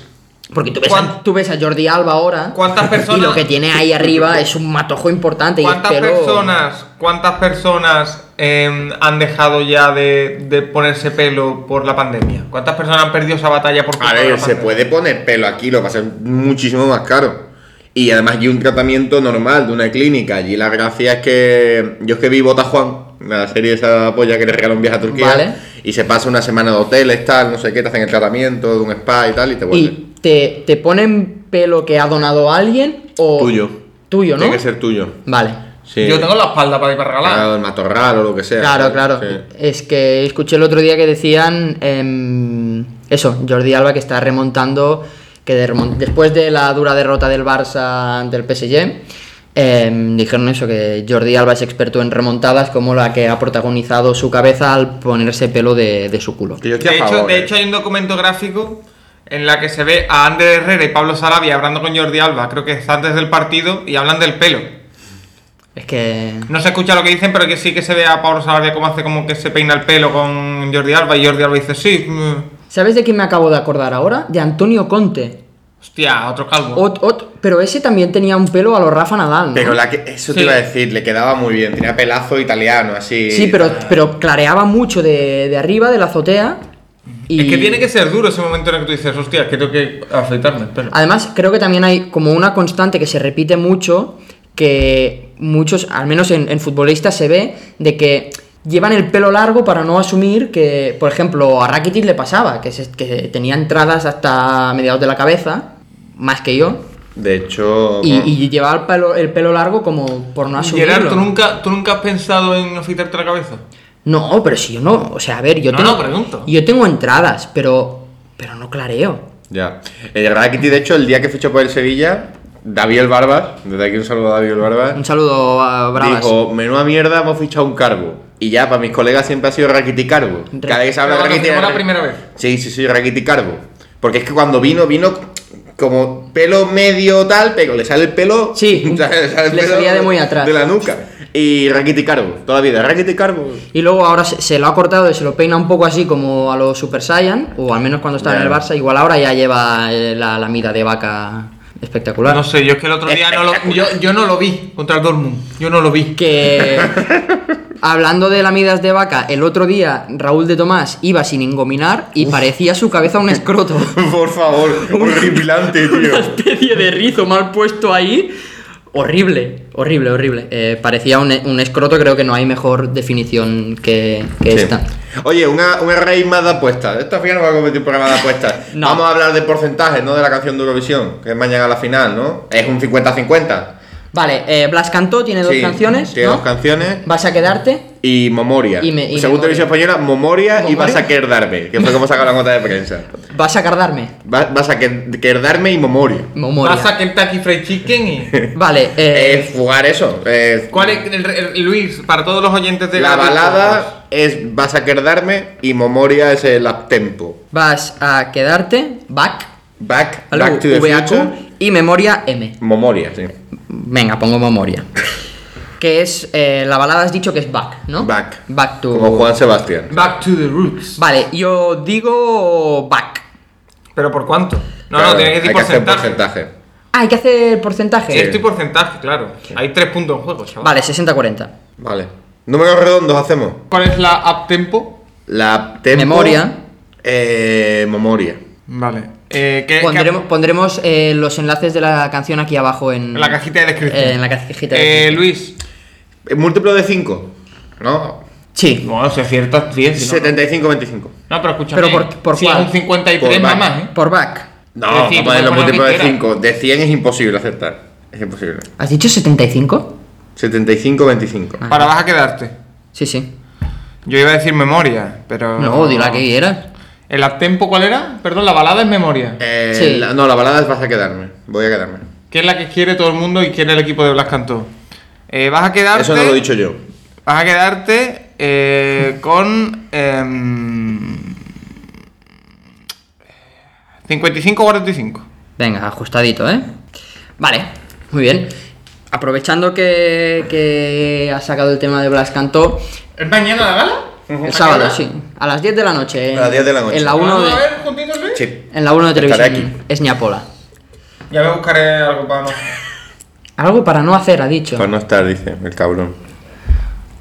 Speaker 2: Porque tú ves, a,
Speaker 4: ¿Cuán-
Speaker 2: tú ves a Jordi Alba ahora.
Speaker 4: ¿Cuántas
Speaker 2: Y lo
Speaker 4: personas-
Speaker 2: que tiene ahí arriba es un matojo importante. y es
Speaker 4: ¿Cuántas
Speaker 2: pelo-
Speaker 4: personas, cuántas personas eh, han dejado ya de, de ponerse pelo por la pandemia? ¿Cuántas personas han perdido esa batalla por culpa
Speaker 3: A
Speaker 4: de la
Speaker 3: ver, se
Speaker 4: pandemia?
Speaker 3: puede poner pelo aquí, lo que va a ser muchísimo más caro. Y además aquí un tratamiento normal de una clínica. Allí la gracia es que yo es que vi Bota Juan, la serie esa polla que le regaló un viaje a Turquía.
Speaker 2: Vale.
Speaker 3: Y se pasa una semana de hoteles, tal, no sé qué, te hacen el tratamiento de un spa y tal, y te vuelves.
Speaker 2: Y te, te ponen pelo que ha donado alguien o.
Speaker 3: Tuyo.
Speaker 2: Tuyo, ¿no?
Speaker 3: Tiene que ser tuyo.
Speaker 2: Vale.
Speaker 3: Sí.
Speaker 4: Yo tengo la espalda para ir para regalar.
Speaker 3: Claro, el matorral o lo que sea.
Speaker 2: Claro,
Speaker 3: ¿sabes?
Speaker 2: claro.
Speaker 3: Sí.
Speaker 2: Es que escuché el otro día que decían em, eso, Jordi Alba que está remontando, que de remon- después de la dura derrota del Barça ante el PSG, em, dijeron eso, que Jordi Alba es experto en remontadas como la que ha protagonizado su cabeza al ponerse pelo de, de su culo.
Speaker 3: Que yo estoy
Speaker 4: De
Speaker 3: a
Speaker 4: hecho,
Speaker 3: favor,
Speaker 4: de
Speaker 3: eh.
Speaker 4: hecho, hay un documento gráfico en la que se ve a Ander Herrera y Pablo Sarabia hablando con Jordi Alba, creo que es antes del partido, y hablan del pelo.
Speaker 2: Es que...
Speaker 4: No se escucha lo que dicen, pero que sí que se ve a Pablo Sarabia como hace como que se peina el pelo con Jordi Alba, y Jordi Alba dice, sí, mm".
Speaker 2: ¿Sabes de quién me acabo de acordar ahora? De Antonio Conte.
Speaker 4: hostia, otro calvo.
Speaker 2: Ot- ot- pero ese también tenía un pelo a lo Rafa Nadal. ¿no?
Speaker 3: Pero la que, eso te
Speaker 4: Sí.
Speaker 3: iba a decir, le quedaba muy bien, tenía pelazo italiano, así.
Speaker 4: Eh,
Speaker 2: Sí, pero, pero clareaba mucho de, de arriba, de la azotea. Y...
Speaker 4: Es que tiene que ser duro ese momento en el que tú dices, hostia, que tengo que afeitarme el pelo.
Speaker 2: Además, creo que también hay como una constante que se repite mucho, que muchos, al menos en, en futbolistas, se ve de que llevan el pelo largo para no asumir que, por ejemplo, a Rakitic le pasaba, que, se- que tenía entradas hasta mediados de la cabeza, más que yo,
Speaker 3: De hecho.
Speaker 2: y,
Speaker 3: bueno.
Speaker 2: y llevaba el pelo, el pelo largo como por no asumirlo.
Speaker 4: Gerard, ¿tú nunca, ¿tú nunca has pensado en afeitarte la cabeza?
Speaker 2: No, pero si yo no, o sea, a ver, yo
Speaker 4: No,
Speaker 2: tengo
Speaker 4: no, pregunto.
Speaker 2: yo tengo entradas, pero pero no clareo.
Speaker 3: Ya. El Rakitic, de hecho, el día que fichó por el Sevilla, David el Barbas, desde aquí un saludo a David el
Speaker 2: Un
Speaker 3: Barbas,
Speaker 2: saludo a Bravas.
Speaker 3: dijo: Menuda mierda, hemos fichado un cargo. Y ya, para mis colegas siempre ha sido Rakitic Carbo. Cada vez que se habla
Speaker 4: Pero
Speaker 3: de
Speaker 4: cuando
Speaker 3: Rakitic.
Speaker 4: firmó la primera vez.
Speaker 3: Sí, sí, sí, Rakitic Carbo. Porque es que cuando vino, vino como pelo medio tal, pero le sale el pelo.
Speaker 2: Sí,
Speaker 3: o sea, le sale el
Speaker 2: le
Speaker 3: pelo
Speaker 2: salía de muy atrás.
Speaker 3: De la nuca. Y Rakitic Carbo, toda la vida. Rakitic Carbo.
Speaker 2: Y luego ahora se, se lo ha cortado y se lo peina un poco así como a los Super Saiyan, o al menos cuando estaba en el
Speaker 3: Claro.
Speaker 2: Barça, igual ahora ya lleva eh, la, la mida de vaca espectacular.
Speaker 4: No sé, yo es que el otro día no lo, yo, yo no lo vi contra el Dortmund. Yo no lo vi.
Speaker 2: Que hablando de lamidas de vaca, el otro día Raúl de Tomás iba sin engominar y parecía su cabeza un escroto.
Speaker 3: Por favor, horripilante, tío.
Speaker 2: Una especie de rizo mal puesto ahí. Horrible, horrible, horrible. Eh, parecía un, un escroto, creo que no hay mejor definición que, que
Speaker 3: Sí.
Speaker 2: esta.
Speaker 3: Oye, una, una raíz más de apuestas. Esto al final no va a convertir en un programa de apuestas.
Speaker 2: No.
Speaker 3: Vamos a hablar de porcentajes, no de la canción de Eurovisión, que es mañana la final, ¿no? Es un 50-50.
Speaker 2: Vale, eh, Blas cantó, tiene dos
Speaker 3: Sí,
Speaker 2: canciones.
Speaker 3: Tiene
Speaker 2: ¿no?
Speaker 3: dos canciones.
Speaker 2: Vas a quedarte.
Speaker 3: Y Momoria.
Speaker 2: Y me- y
Speaker 3: Según
Speaker 2: Memoria.
Speaker 3: televisión española, Momoria, y
Speaker 2: Momoria.
Speaker 3: vas a querdarme, que fue como sacó la nota de prensa.
Speaker 2: Vas a cardarme.
Speaker 3: Va- vas a quer- querdarme y Momoria.
Speaker 2: Memoria.
Speaker 4: Vas a Kentucky Fried Chicken y...
Speaker 2: Vale,
Speaker 3: Eh,
Speaker 2: eh,
Speaker 3: jugar eso. eh,
Speaker 4: ¿Cuál es, el- el- Luis, para todos los oyentes de
Speaker 3: la balada es vas a querdarme y Momoria es el uptempo.
Speaker 2: vas a quedarte. Back.
Speaker 3: Back,
Speaker 2: algo,
Speaker 3: back to the
Speaker 2: VAQ,
Speaker 3: future.
Speaker 2: Y memoria M.
Speaker 3: Momoria, sí.
Speaker 2: Venga, pongo memoria. que es. eh, la balada has dicho que es back, ¿no?
Speaker 3: Back.
Speaker 2: Back to.
Speaker 3: Como Juan Sebastián.
Speaker 4: Back to the Roots.
Speaker 2: Vale, yo digo back.
Speaker 4: ¿Pero por cuánto? No,
Speaker 3: Claro,
Speaker 4: no, tiene que decir
Speaker 3: hay que hacer
Speaker 4: porcentaje.
Speaker 3: porcentaje.
Speaker 2: Ah, hay que hacer porcentaje.
Speaker 4: Sí, estoy porcentaje, claro. Hay tres puntos en juego, chaval.
Speaker 2: Vale, 60-40.
Speaker 3: Vale. Números redondos hacemos.
Speaker 4: ¿Cuál es la up tempo?
Speaker 3: La uptempo.
Speaker 2: Memoria.
Speaker 3: Eh, Momoria.
Speaker 4: Vale. Eh, ¿qué-
Speaker 2: Pondremo-
Speaker 4: qué-
Speaker 2: pondremos eh, los enlaces de la canción aquí abajo en,
Speaker 4: en la cajita de descripción.
Speaker 2: eh, en la cajita de
Speaker 4: Eh,
Speaker 2: descripción.
Speaker 4: Luis.
Speaker 3: Eh, Múltiplo de 5. ¿No?
Speaker 2: Sí.
Speaker 4: Bueno, si aciertas 10.
Speaker 3: 75-25.
Speaker 4: No, pero escúchame.
Speaker 2: Pero por- por
Speaker 4: si
Speaker 2: cuál?
Speaker 4: es un 53
Speaker 3: Por
Speaker 4: nada
Speaker 3: back.
Speaker 4: más, ¿eh?
Speaker 2: Por back.
Speaker 3: No,
Speaker 4: De cinco,
Speaker 3: vamos a
Speaker 4: puedes
Speaker 3: los
Speaker 4: poner lo
Speaker 3: múltiplos
Speaker 4: que
Speaker 3: de
Speaker 4: quieras.
Speaker 3: 5. De 100 es imposible aceptar. Es imposible.
Speaker 2: ¿Has dicho 75? Ah.
Speaker 3: 75-25.
Speaker 4: Para vas a quedarte.
Speaker 2: Sí, sí.
Speaker 4: Yo iba a decir memoria, pero.
Speaker 2: No, eh. di la que quieras.
Speaker 4: ¿El up tempo cuál era? Perdón, la balada es memoria.
Speaker 3: Eh,
Speaker 2: Sí.
Speaker 3: la- no, la balada es vas a quedarme. Voy a quedarme.
Speaker 4: Que es la que quiere todo el mundo y quiere el equipo de Blas Cantó. Eh, vas a quedarte.
Speaker 3: Eso no lo he dicho yo.
Speaker 4: Vas a quedarte eh, con. em, 55-45.
Speaker 2: Venga, ajustadito, ¿eh? Vale, muy bien. Aprovechando que, que has sacado el tema de Blas Cantó,
Speaker 4: ¿Es mañana la gala?
Speaker 2: el sábado, sí, a las 10 de la noche. en-
Speaker 3: A las 10 de la noche.
Speaker 2: En la
Speaker 4: Ah,
Speaker 2: 1 de,
Speaker 4: juntitos, Luis?
Speaker 3: Sí.
Speaker 2: en la 1 de
Speaker 3: Estaré
Speaker 2: televisión. Es Ñapola.
Speaker 4: Ya me buscaré algo para no.
Speaker 2: Algo para no hacer, ha dicho.
Speaker 3: Para no estar, dice el cabrón.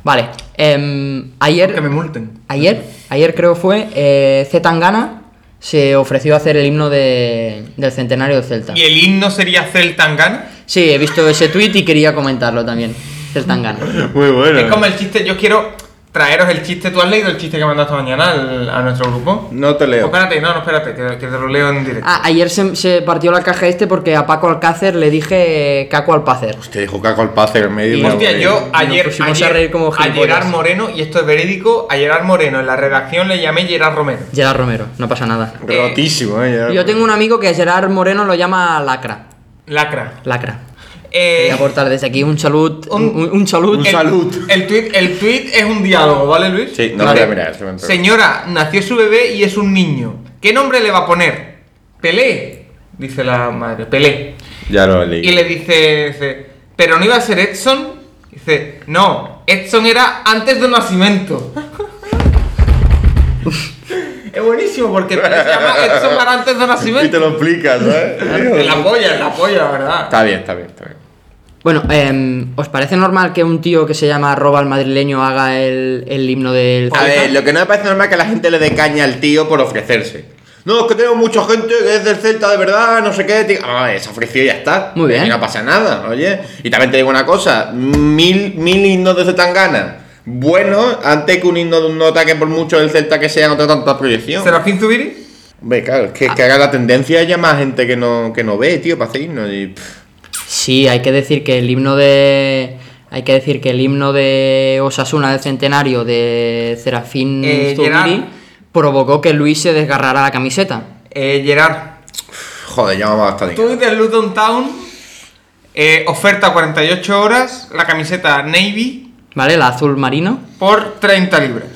Speaker 2: Vale, em, ayer.
Speaker 4: Que me multen.
Speaker 2: Ayer, ayer creo fue, eh, C. Tangana se ofreció a hacer el himno de- del centenario de Celta.
Speaker 4: ¿Y el himno sería Celtangana?
Speaker 2: Sí, he visto ese tweet y quería comentarlo también. Del Tangana.
Speaker 3: Muy
Speaker 4: Es como
Speaker 3: bueno.
Speaker 4: el chiste, yo quiero traeros el chiste. ¿Tú has leído el chiste que mandaste mañana al- a nuestro grupo?
Speaker 3: No te
Speaker 4: Oh,
Speaker 3: leo.
Speaker 4: espérate, no, no, espérate, que, que te lo leo en directo.
Speaker 2: Ah, ayer se, se partió la caja este porque a Paco Alcácer le dije eh, Caco Alpácer.
Speaker 3: Te dijo Caco Este al pase en el medio. y me
Speaker 4: Hostia,
Speaker 3: aburrí.
Speaker 4: yo ayer,
Speaker 2: pusimos a
Speaker 4: ayer-
Speaker 2: reír como
Speaker 4: a
Speaker 2: gilipollas.
Speaker 4: Gerard Moreno, y esto es verídico, a Gerard Moreno en la redacción le llamé Gerard Romero.
Speaker 2: Gerard Romero, no pasa nada.
Speaker 3: Rotísimo, eh. ya.
Speaker 2: Yo tengo un amigo que a Gerard Moreno lo llama Lacra.
Speaker 4: Lacra.
Speaker 2: Lacra.
Speaker 4: Eh,
Speaker 2: Quería aportar desde aquí un salud. Un, un, un salud.
Speaker 3: Un
Speaker 4: el,
Speaker 3: salud.
Speaker 4: El tweet, el tweet es un diálogo, ¿vale, Luis?
Speaker 3: Sí, no lo
Speaker 2: Vale.
Speaker 3: voy a mirar. se me entró.
Speaker 4: Señora, nació su bebé y es un niño. ¿Qué nombre le va a poner? Pelé, dice la madre, Pelé.
Speaker 3: Ya lo leí.
Speaker 4: Y le dice, dice, pero no iba a ser Edson. Dice, no, Edson era antes del nacimiento. es buenísimo porque el Pelé se llama Edson para antes del
Speaker 3: Y te
Speaker 4: nacimiento.
Speaker 3: lo explicas, ¿eh?
Speaker 4: Es
Speaker 3: ¿sabes?
Speaker 4: la polla, es la polla, la verdad.
Speaker 3: está bien, está bien, está bien.
Speaker 2: Bueno, em, ¿os parece normal que un tío que se llama arroba al madrileño haga el, el himno del
Speaker 3: A ver, lo que no me parece normal es que la gente le dé caña al tío por ofrecerse. No, es que tenemos mucha gente que es del Celta de verdad, no sé qué. tío. Ah, se ofreció y ya está.
Speaker 2: Muy bien.
Speaker 3: Y no pasa nada, oye. Y también te digo una cosa: mil, mil himnos de Zetangana. Bueno, antes que un himno de un nota que por mucho del Celta que sea no tenga tanta proyección.
Speaker 4: ¿Serafín Zubiri?
Speaker 3: Hombre, claro, es que, es que haga la tendencia haya más gente que no, que no ve, tío, para hacer himnos. Y, pff,
Speaker 2: Sí, hay que decir que el himno de. Hay que decir que el himno de Osasuna del centenario de Serafín
Speaker 4: Eh,
Speaker 2: Zubiri
Speaker 4: Gerard.
Speaker 2: provocó que Luis se desgarrara la camiseta.
Speaker 4: Eh, Gerard.
Speaker 3: joder, ya vamos bastante.
Speaker 4: Tweet de Luton Town. eh, oferta 48 horas. La camiseta Navy
Speaker 2: ¿Vale? La azul marino.
Speaker 4: por 30 libras.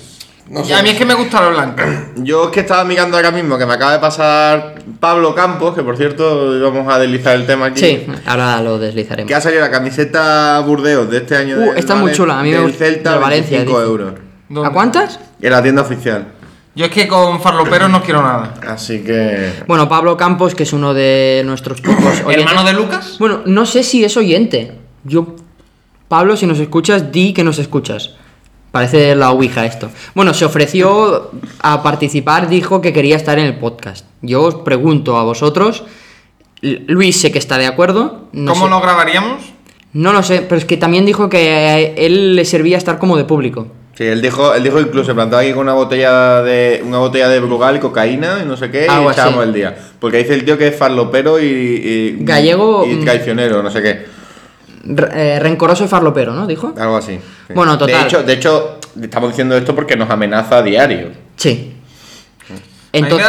Speaker 3: No
Speaker 4: Y
Speaker 3: sé.
Speaker 4: a mí es que me gusta lo blanco.
Speaker 3: Yo es que estaba mirando ahora mismo que me acaba de pasar Pablo Campos, que por cierto íbamos a deslizar el tema aquí.
Speaker 2: Sí, ahora lo
Speaker 3: Que
Speaker 2: deslizaremos.
Speaker 3: ha salido la camiseta Burdeos de este año.
Speaker 2: Uh,
Speaker 3: del
Speaker 2: está muy
Speaker 3: Valen-
Speaker 2: chula, a mí me
Speaker 3: del
Speaker 2: gusta-
Speaker 3: Celta,
Speaker 2: del Valencia,
Speaker 3: 25
Speaker 2: dice.
Speaker 3: euros.
Speaker 4: ¿Dónde?
Speaker 2: ¿A cuántas?
Speaker 3: En la tienda oficial.
Speaker 4: Yo es que con farloperos no quiero nada.
Speaker 3: Así que.
Speaker 2: Bueno, Pablo Campos, que es uno de nuestros pocos oyentes-
Speaker 4: ¿Hermano de Lucas?
Speaker 2: Bueno, no sé si es oyente. Yo, Pablo, si nos escuchas, di que nos escuchas. Parece la Ouija esto. Bueno, se ofreció a participar, dijo que quería estar en el podcast. Yo os pregunto a vosotros. L- Luis sé que está de acuerdo. No
Speaker 4: ¿Cómo
Speaker 2: sé-
Speaker 4: lo grabaríamos?
Speaker 2: No lo sé, pero es que también dijo que a él le servía estar como de público.
Speaker 3: Sí, él dijo, él dijo incluso, se plantaba aquí con una botella de una botella de Brugal, cocaína y no sé qué,
Speaker 2: Algo
Speaker 3: y echábamos
Speaker 2: así.
Speaker 3: el día. Porque dice el tío que es farlopero y, y-
Speaker 2: Gallego,
Speaker 3: y
Speaker 2: mm.
Speaker 3: traicionero, no sé qué.
Speaker 2: re- eh, rencoroso y farlopero, ¿no? Dijo.
Speaker 3: Algo así. sí.
Speaker 2: Bueno, total.
Speaker 3: De hecho, de hecho, estamos diciendo esto porque nos amenaza a diario.
Speaker 2: Sí.
Speaker 4: a, mí
Speaker 2: Entonces,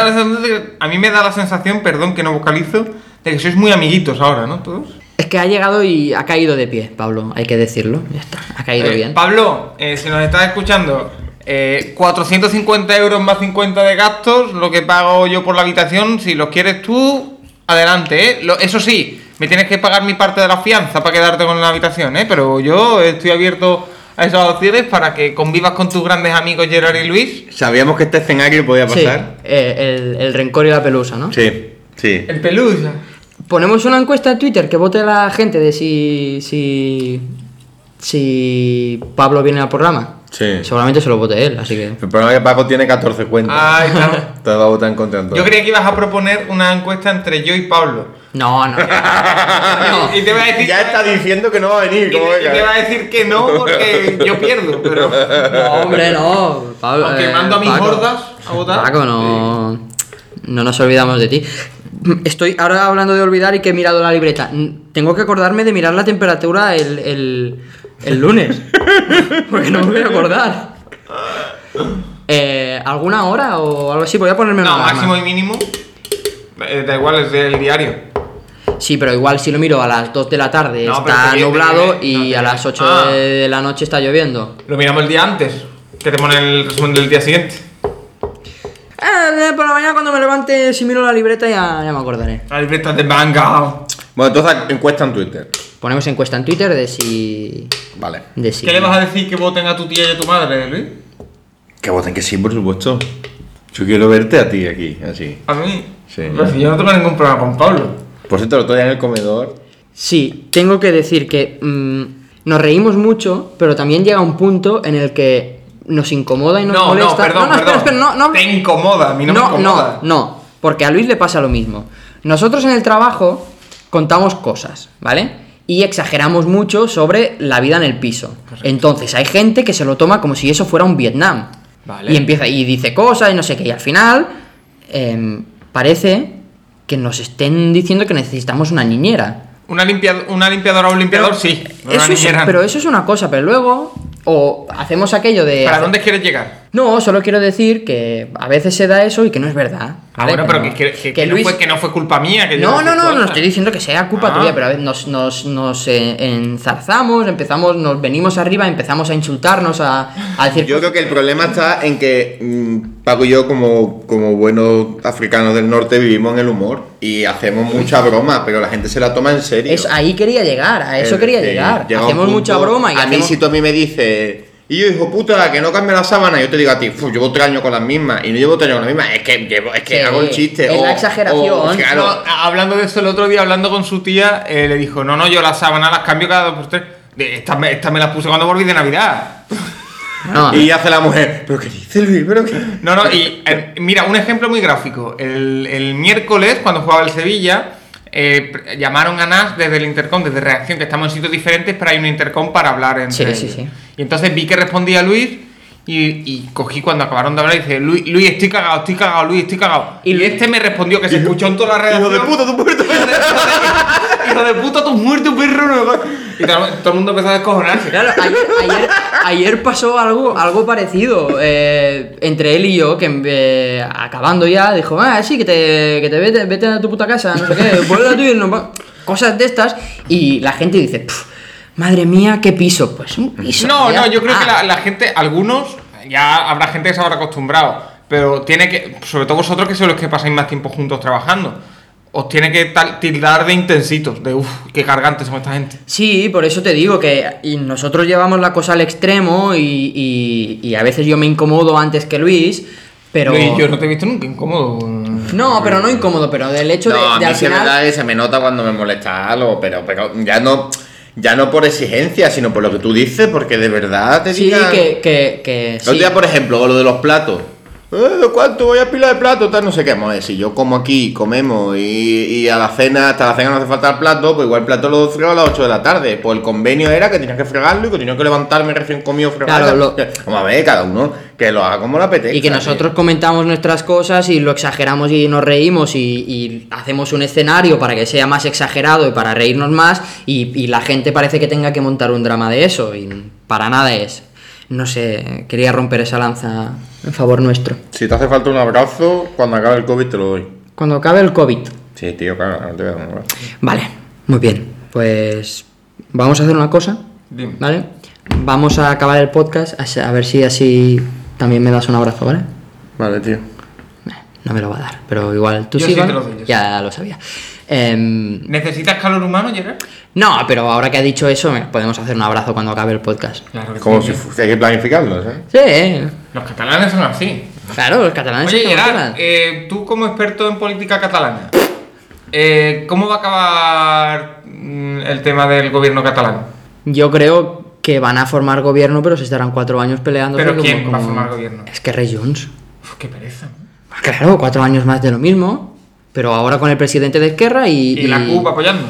Speaker 4: me da la sensación de que- a mí me da la sensación, perdón que no vocalizo, de que sois muy amiguitos ahora, ¿no? Todos.
Speaker 2: es que ha llegado y ha caído de pie, Pablo, hay que decirlo. Ya está, ha caído
Speaker 4: Eh,
Speaker 2: bien.
Speaker 4: Pablo, eh, si nos estás escuchando, eh, 450 euros más 50 de gastos, lo que pago yo por la habitación, si los quieres tú, adelante, ¿eh? Lo- eso sí, me tienes que pagar mi parte de la fianza para quedarte con la habitación, ¿eh? Pero yo estoy abierto a esas opciones para que convivas con tus grandes amigos Gerard y Luis.
Speaker 3: Sabíamos que este escenario podía
Speaker 2: Sí,
Speaker 3: pasar.
Speaker 2: eh, el, el rencor y la pelusa, ¿no?
Speaker 3: Sí, sí.
Speaker 4: El pelusa.
Speaker 2: Ponemos una encuesta en Twitter que vote la gente de si. si. si Pablo viene al programa.
Speaker 3: Sí.
Speaker 2: Seguramente se lo vote él, así que.
Speaker 3: El problema es que Paco tiene 14 cuentas.
Speaker 4: Ay, claro.
Speaker 3: Te va a votar en contra de todo.
Speaker 4: Ah. Yo creía que ibas a proponer una encuesta entre yo y Pablo.
Speaker 2: No, no. no.
Speaker 4: Y te voy a decir
Speaker 3: Ah, Ya está diciendo que no va a venir.
Speaker 4: y te-
Speaker 3: como
Speaker 4: y te
Speaker 3: venga.
Speaker 4: va a decir que no porque yo pierdo, pero
Speaker 2: No, hombre, no. Pablo,
Speaker 4: Aunque
Speaker 2: eh,
Speaker 4: mando a mis
Speaker 2: Paco.
Speaker 4: gordas a votar.
Speaker 2: Paco, no. No nos olvidamos de ti. Estoy ahora hablando de olvidar y que he mirado la libreta. Mm, Tengo que acordarme de mirar la temperatura el, el, el lunes. Porque no me voy a acordar. Eh, ¿Alguna hora o algo así? Voy a ponerme una
Speaker 4: No,
Speaker 2: alarma.
Speaker 4: máximo y mínimo. eh, da igual, es del diario.
Speaker 2: Sí, pero igual si lo miro a las 2 de la tarde
Speaker 4: No, pero
Speaker 2: está
Speaker 4: te viene,
Speaker 2: nublado
Speaker 4: te viene.
Speaker 2: y
Speaker 4: No,
Speaker 2: a
Speaker 4: te
Speaker 2: las 8
Speaker 4: viene. Ah.
Speaker 2: de la noche está lloviendo.
Speaker 4: Lo miramos el día antes, que te pone el resumen del día siguiente.
Speaker 2: Eh, por la mañana cuando me levante, si miro la libreta ya, ya me acordaré.
Speaker 4: La libreta de manga.
Speaker 3: Bueno, entonces encuesta en Twitter.
Speaker 2: Ponemos encuesta en Twitter de si.
Speaker 3: Vale.
Speaker 2: De si
Speaker 4: ¿Qué le vas a decir que voten a tu tía y a tu madre, Luis?
Speaker 3: Que voten que sí, por supuesto. Yo quiero verte a ti aquí, así.
Speaker 4: A mí.
Speaker 3: Sí.
Speaker 4: Pero si yo no tengo ningún problema con Pablo.
Speaker 3: Por cierto, lo otro día en el comedor.
Speaker 2: Sí, tengo que decir que mm, nos reímos mucho, pero también llega un punto en el que nos incomoda y nos
Speaker 4: No, no,
Speaker 2: molesta.
Speaker 4: perdón,
Speaker 2: no, no,
Speaker 4: perdón.
Speaker 2: espera, espera, no, no.
Speaker 4: Te incomoda, a mí no, me
Speaker 2: no,
Speaker 4: incomoda.
Speaker 2: no, no, porque a Luis le pasa lo mismo. Nosotros en el trabajo contamos cosas, ¿vale? Y exageramos mucho sobre la vida en el piso. Entonces hay gente que se lo toma como si eso fuera un Vietnam.
Speaker 4: Vale.
Speaker 2: Y empieza y dice cosas y no sé qué. Y al final em, parece que nos estén diciendo que necesitamos una niñera.
Speaker 4: Una, limpia- una limpiadora o un limpiador, sí. no una
Speaker 2: Eso es-
Speaker 4: niñera.
Speaker 2: pero eso es una cosa, pero luego o hacemos aquello de...
Speaker 4: ¿Para
Speaker 2: hacer-
Speaker 4: dónde quieres llegar?
Speaker 2: No, solo quiero decir que a veces se da eso y que no es verdad.
Speaker 4: Ah,
Speaker 2: ¿vale?
Speaker 4: bueno, pero que, que- que- que
Speaker 2: Luis-
Speaker 4: no fue, que no fue culpa mía. Que yo
Speaker 2: no,
Speaker 4: hice
Speaker 2: no, no, no
Speaker 4: cosas.
Speaker 2: estoy diciendo que sea culpa
Speaker 4: Ah.
Speaker 2: tuya, pero a veces nos, nos, nos, eh, enzarzamos, empezamos, nos venimos arriba, empezamos a insultarnos, a, a decir...
Speaker 3: Yo creo que el problema está en que mm, Paco y yo, como, como buenos africanos del norte, vivimos en el humor y hacemos mucha broma, pero la gente se la toma en serio.
Speaker 2: Es, ahí quería llegar, a eso
Speaker 3: Es
Speaker 2: quería
Speaker 3: decir,
Speaker 2: llegar.
Speaker 3: llega un
Speaker 2: Hacemos
Speaker 3: punto-
Speaker 2: mucha broma y
Speaker 3: A mí,
Speaker 2: hacemos-
Speaker 3: si tú a mí me dices, y yo, hijo puta, que no cambie la sábana, yo te digo a ti, "Fu, llevo tres años con las mismas, y no llevo tres años con las mismas, es que, llevo- es que
Speaker 2: Sí,
Speaker 3: hago el chiste.
Speaker 2: es la exageración.
Speaker 3: claro,
Speaker 4: No, a- hablando de eso, el otro día, hablando con su tía, eh, le dijo: No, no, yo las sábanas las cambio cada dos por tres. De- Estas me, estas me las puse cuando volví de Navidad.
Speaker 2: No,
Speaker 3: Y hace la mujer, ¿pero qué dice Luis? ¿Pero qué?
Speaker 4: No, no, y eh, mira, un ejemplo muy gráfico. El, el miércoles, cuando jugaba el Sevilla, eh, pr- llamaron a Nas desde el intercom, desde reacción, que estamos en sitios diferentes, pero hay un intercom para hablar entre
Speaker 2: Sí,
Speaker 4: ellos.
Speaker 2: sí, sí.
Speaker 4: Y entonces vi que respondía Luis. Y, y cogí cuando acabaron de hablar y dice, Luis, Luis, estoy cagado, estoy cagado, Luis, estoy cagado.
Speaker 2: Y
Speaker 4: Y,
Speaker 2: Luis-
Speaker 4: este me respondió que se escuchó en toda la redacción.
Speaker 3: Hijo de puta, tú puedes
Speaker 4: Hijo de puta, tú muerto, perro. no me jodas. Y todo, todo el mundo empezó a descojonarse.
Speaker 2: Claro, ayer, ayer- ayer pasó algo, algo parecido eh, entre él y yo, que eh, acabando ya dijo, ah, sí, que te, que te vete, vete a tu puta casa, no sé qué, vuelve a tu y nos va-". Cosas de estas, y la gente dice, "Pf, madre mía, qué piso. Pues un piso. Ah,
Speaker 4: No,
Speaker 2: ya
Speaker 4: no, yo creo que la,
Speaker 2: está.
Speaker 4: la gente, algunos, ya habrá gente que se habrá acostumbrado. Pero tiene que, sobre todo vosotros que sois los que pasáis más tiempo juntos trabajando, os tiene que tal- tildar de intensitos, de uff, qué cargantes son esta gente.
Speaker 2: Sí, por eso te digo que y nosotros llevamos la cosa al extremo y, y- y a veces yo me incomodo antes que Luis, pero...
Speaker 4: Luis, yo no te he visto nunca incómodo.
Speaker 2: No, pero no incómodo, pero del hecho de,
Speaker 3: No, a
Speaker 2: de
Speaker 3: mí
Speaker 2: al
Speaker 3: sí es
Speaker 2: final...
Speaker 3: verdad que se me nota cuando me molesta algo, pero, pero ya no ya no por exigencia, sino por lo que tú dices, porque de verdad te
Speaker 2: Sí,
Speaker 3: digan-
Speaker 2: que... que, que
Speaker 3: El otro
Speaker 2: sí.
Speaker 3: día, por ejemplo, lo de los platos. "Eh, ¿Cuánto voy a pilar de plato? Tal, no sé qué. Vamos a ver, si yo como aquí, comemos y, y a la cena, hasta la cena no hace falta el plato, pues igual el plato lo fregaba a las 8 de la tarde. Pues el convenio era que tenías que fregarlo y que tenía que levantarme recién comido fregar.
Speaker 2: Claro, lo-
Speaker 3: Vamos a ver, cada uno que lo haga como le apetezca.
Speaker 2: Y que
Speaker 3: tío.
Speaker 2: nosotros comentamos nuestras cosas y lo exageramos y nos reímos y, y hacemos un escenario para que sea más exagerado y para reírnos más y, y la gente parece que tenga que montar un drama de eso y para nada es. No sé, quería romper esa lanza en favor nuestro.
Speaker 3: Si te hace falta un abrazo, cuando acabe el COVID te lo doy.
Speaker 2: Cuando acabe el COVID.
Speaker 3: Sí, tío, claro, no te voy a dar un abrazo.
Speaker 2: Vale, muy bien. Pues vamos a hacer una cosa,
Speaker 4: Dime.
Speaker 2: ¿vale? Vamos a acabar el podcast a se- a ver si así también me das un abrazo, ¿vale?
Speaker 3: Vale, tío.
Speaker 2: No me lo va a dar, pero igual tú
Speaker 4: Yo
Speaker 2: sí,
Speaker 4: sí te
Speaker 2: ¿vale?
Speaker 4: lo doy, yo sí.
Speaker 2: Ya lo sabía. Em,
Speaker 4: ¿Necesitas calor humano, Gerard?
Speaker 2: no, pero ahora que ha dicho eso, me- podemos hacer un abrazo cuando acabe el podcast.
Speaker 4: Claro que
Speaker 3: Como
Speaker 4: sí,
Speaker 3: si
Speaker 4: tío.
Speaker 3: fuese, hay que planificarlo, ¿eh?
Speaker 2: Sí, eh.
Speaker 4: Los catalanes son así.
Speaker 2: claro, los catalanes
Speaker 4: Oye,
Speaker 2: se
Speaker 4: Gerard,
Speaker 2: emocionan.
Speaker 4: eh, tú como experto en política catalana, eh, ¿cómo va a acabar mm, el tema del gobierno catalán?
Speaker 2: Yo creo que van a formar gobierno, pero se estarán cuatro años peleando.
Speaker 4: ¿Pero quién va a formar gobierno?
Speaker 2: Es que Rey Jones.
Speaker 4: Uf, qué pereza. ¿no?
Speaker 2: Claro, cuatro años más de lo mismo, pero ahora con el presidente de Esquerra y...
Speaker 4: ¿Y, la CUP apoyando?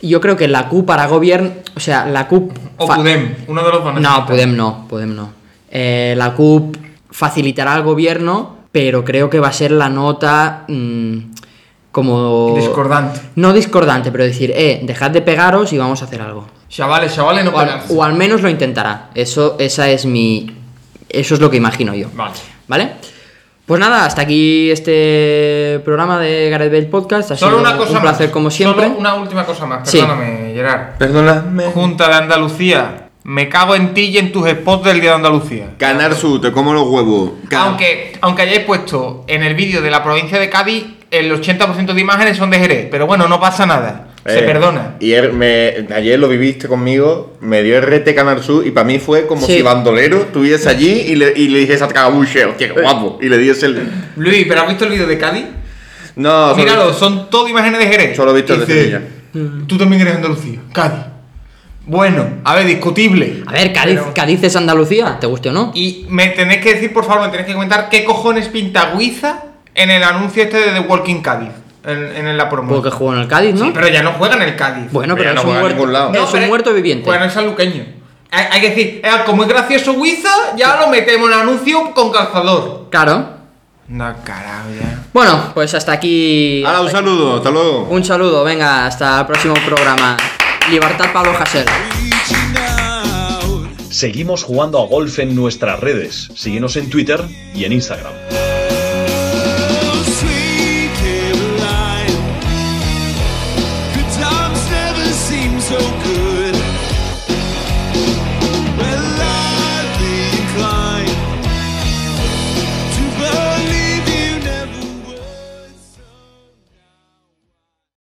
Speaker 2: Yo creo que la CUP para gobierno... O sea, la CUP...
Speaker 4: ¿O
Speaker 2: fa-
Speaker 4: Podem? Uno de los dos.
Speaker 2: No, Podem no, Podem no. Eh, la CUP facilitará al gobierno, pero creo que va a ser la nota mm, como...
Speaker 4: Discordante.
Speaker 2: No discordante, pero decir, eh, dejad de pegaros y vamos a hacer algo.
Speaker 4: Chavales, chavales, no
Speaker 2: O al,
Speaker 4: pagas.
Speaker 2: o al menos lo intentará. Eso, esa es mi... Eso es lo que imagino yo.
Speaker 4: Vale.
Speaker 2: ¿Vale? Pues nada, hasta aquí este programa de Gareth Bale Podcast. Ha
Speaker 4: Solo
Speaker 2: sido
Speaker 4: una cosa
Speaker 2: un placer
Speaker 4: más.
Speaker 2: como siempre.
Speaker 4: Solo una última cosa más,
Speaker 2: Sí.
Speaker 4: perdóname, Gerard.
Speaker 3: Perdóname.
Speaker 4: Junta de Andalucía, me cago en ti y en tus spots del Día de Andalucía.
Speaker 3: Canar Sur, te como los huevos. Can-
Speaker 4: Aunque, aunque hayáis puesto en el vídeo de la provincia de Cádiz, el 80% de imágenes son de Jerez. Pero bueno, no pasa nada. Se
Speaker 3: Eh,
Speaker 4: perdona.
Speaker 3: Y er- me- ayer lo viviste conmigo, me dio RT Canar Sur y para mí fue como
Speaker 2: Sí.
Speaker 3: si bandolero estuviese allí y le, y le dijese a Cabuche, hostia, qué guapo. Y le diese el.
Speaker 4: Luis, ¿pero has visto el vídeo de Cádiz?
Speaker 3: No, solo-
Speaker 4: Míralo, son todo imágenes de Jerez.
Speaker 3: Solo he visto el de
Speaker 4: Dice,
Speaker 3: Sevilla.
Speaker 4: Tú también eres Andalucía, Cádiz. Bueno, a ver, discutible.
Speaker 2: A ver, Cádiz,
Speaker 4: Pero-
Speaker 2: Cádiz es Andalucía, te guste o no.
Speaker 4: Y me tenéis que decir, por favor, me tenéis que comentar qué cojones pinta Guiza en el anuncio este de The Walking Cádiz. En, en la promoción.
Speaker 2: Porque jugó en el Cádiz, ¿no?
Speaker 4: Sí, pero ya no juega en el Cádiz.
Speaker 2: Bueno, pero
Speaker 3: Pero ya no
Speaker 2: es un
Speaker 3: juega a
Speaker 2: muerto,
Speaker 3: ningún lado.
Speaker 2: es un
Speaker 4: pero-
Speaker 2: muerto viviente.
Speaker 4: Bueno, es saluqueño. Hay, hay que decir, eh, como es gracioso Guiza, ya lo metemos en anuncio con calzador.
Speaker 2: Claro.
Speaker 4: No, carajo, ya.
Speaker 2: Bueno, pues hasta aquí.
Speaker 3: Hala, un saludo, hasta luego.
Speaker 2: Un saludo, venga, hasta el próximo programa. Libertad Pablo Hasél.
Speaker 5: reaching out.
Speaker 1: Seguimos jugando a golf en nuestras redes. Síguenos en Twitter y en Instagram.
Speaker 5: Oh,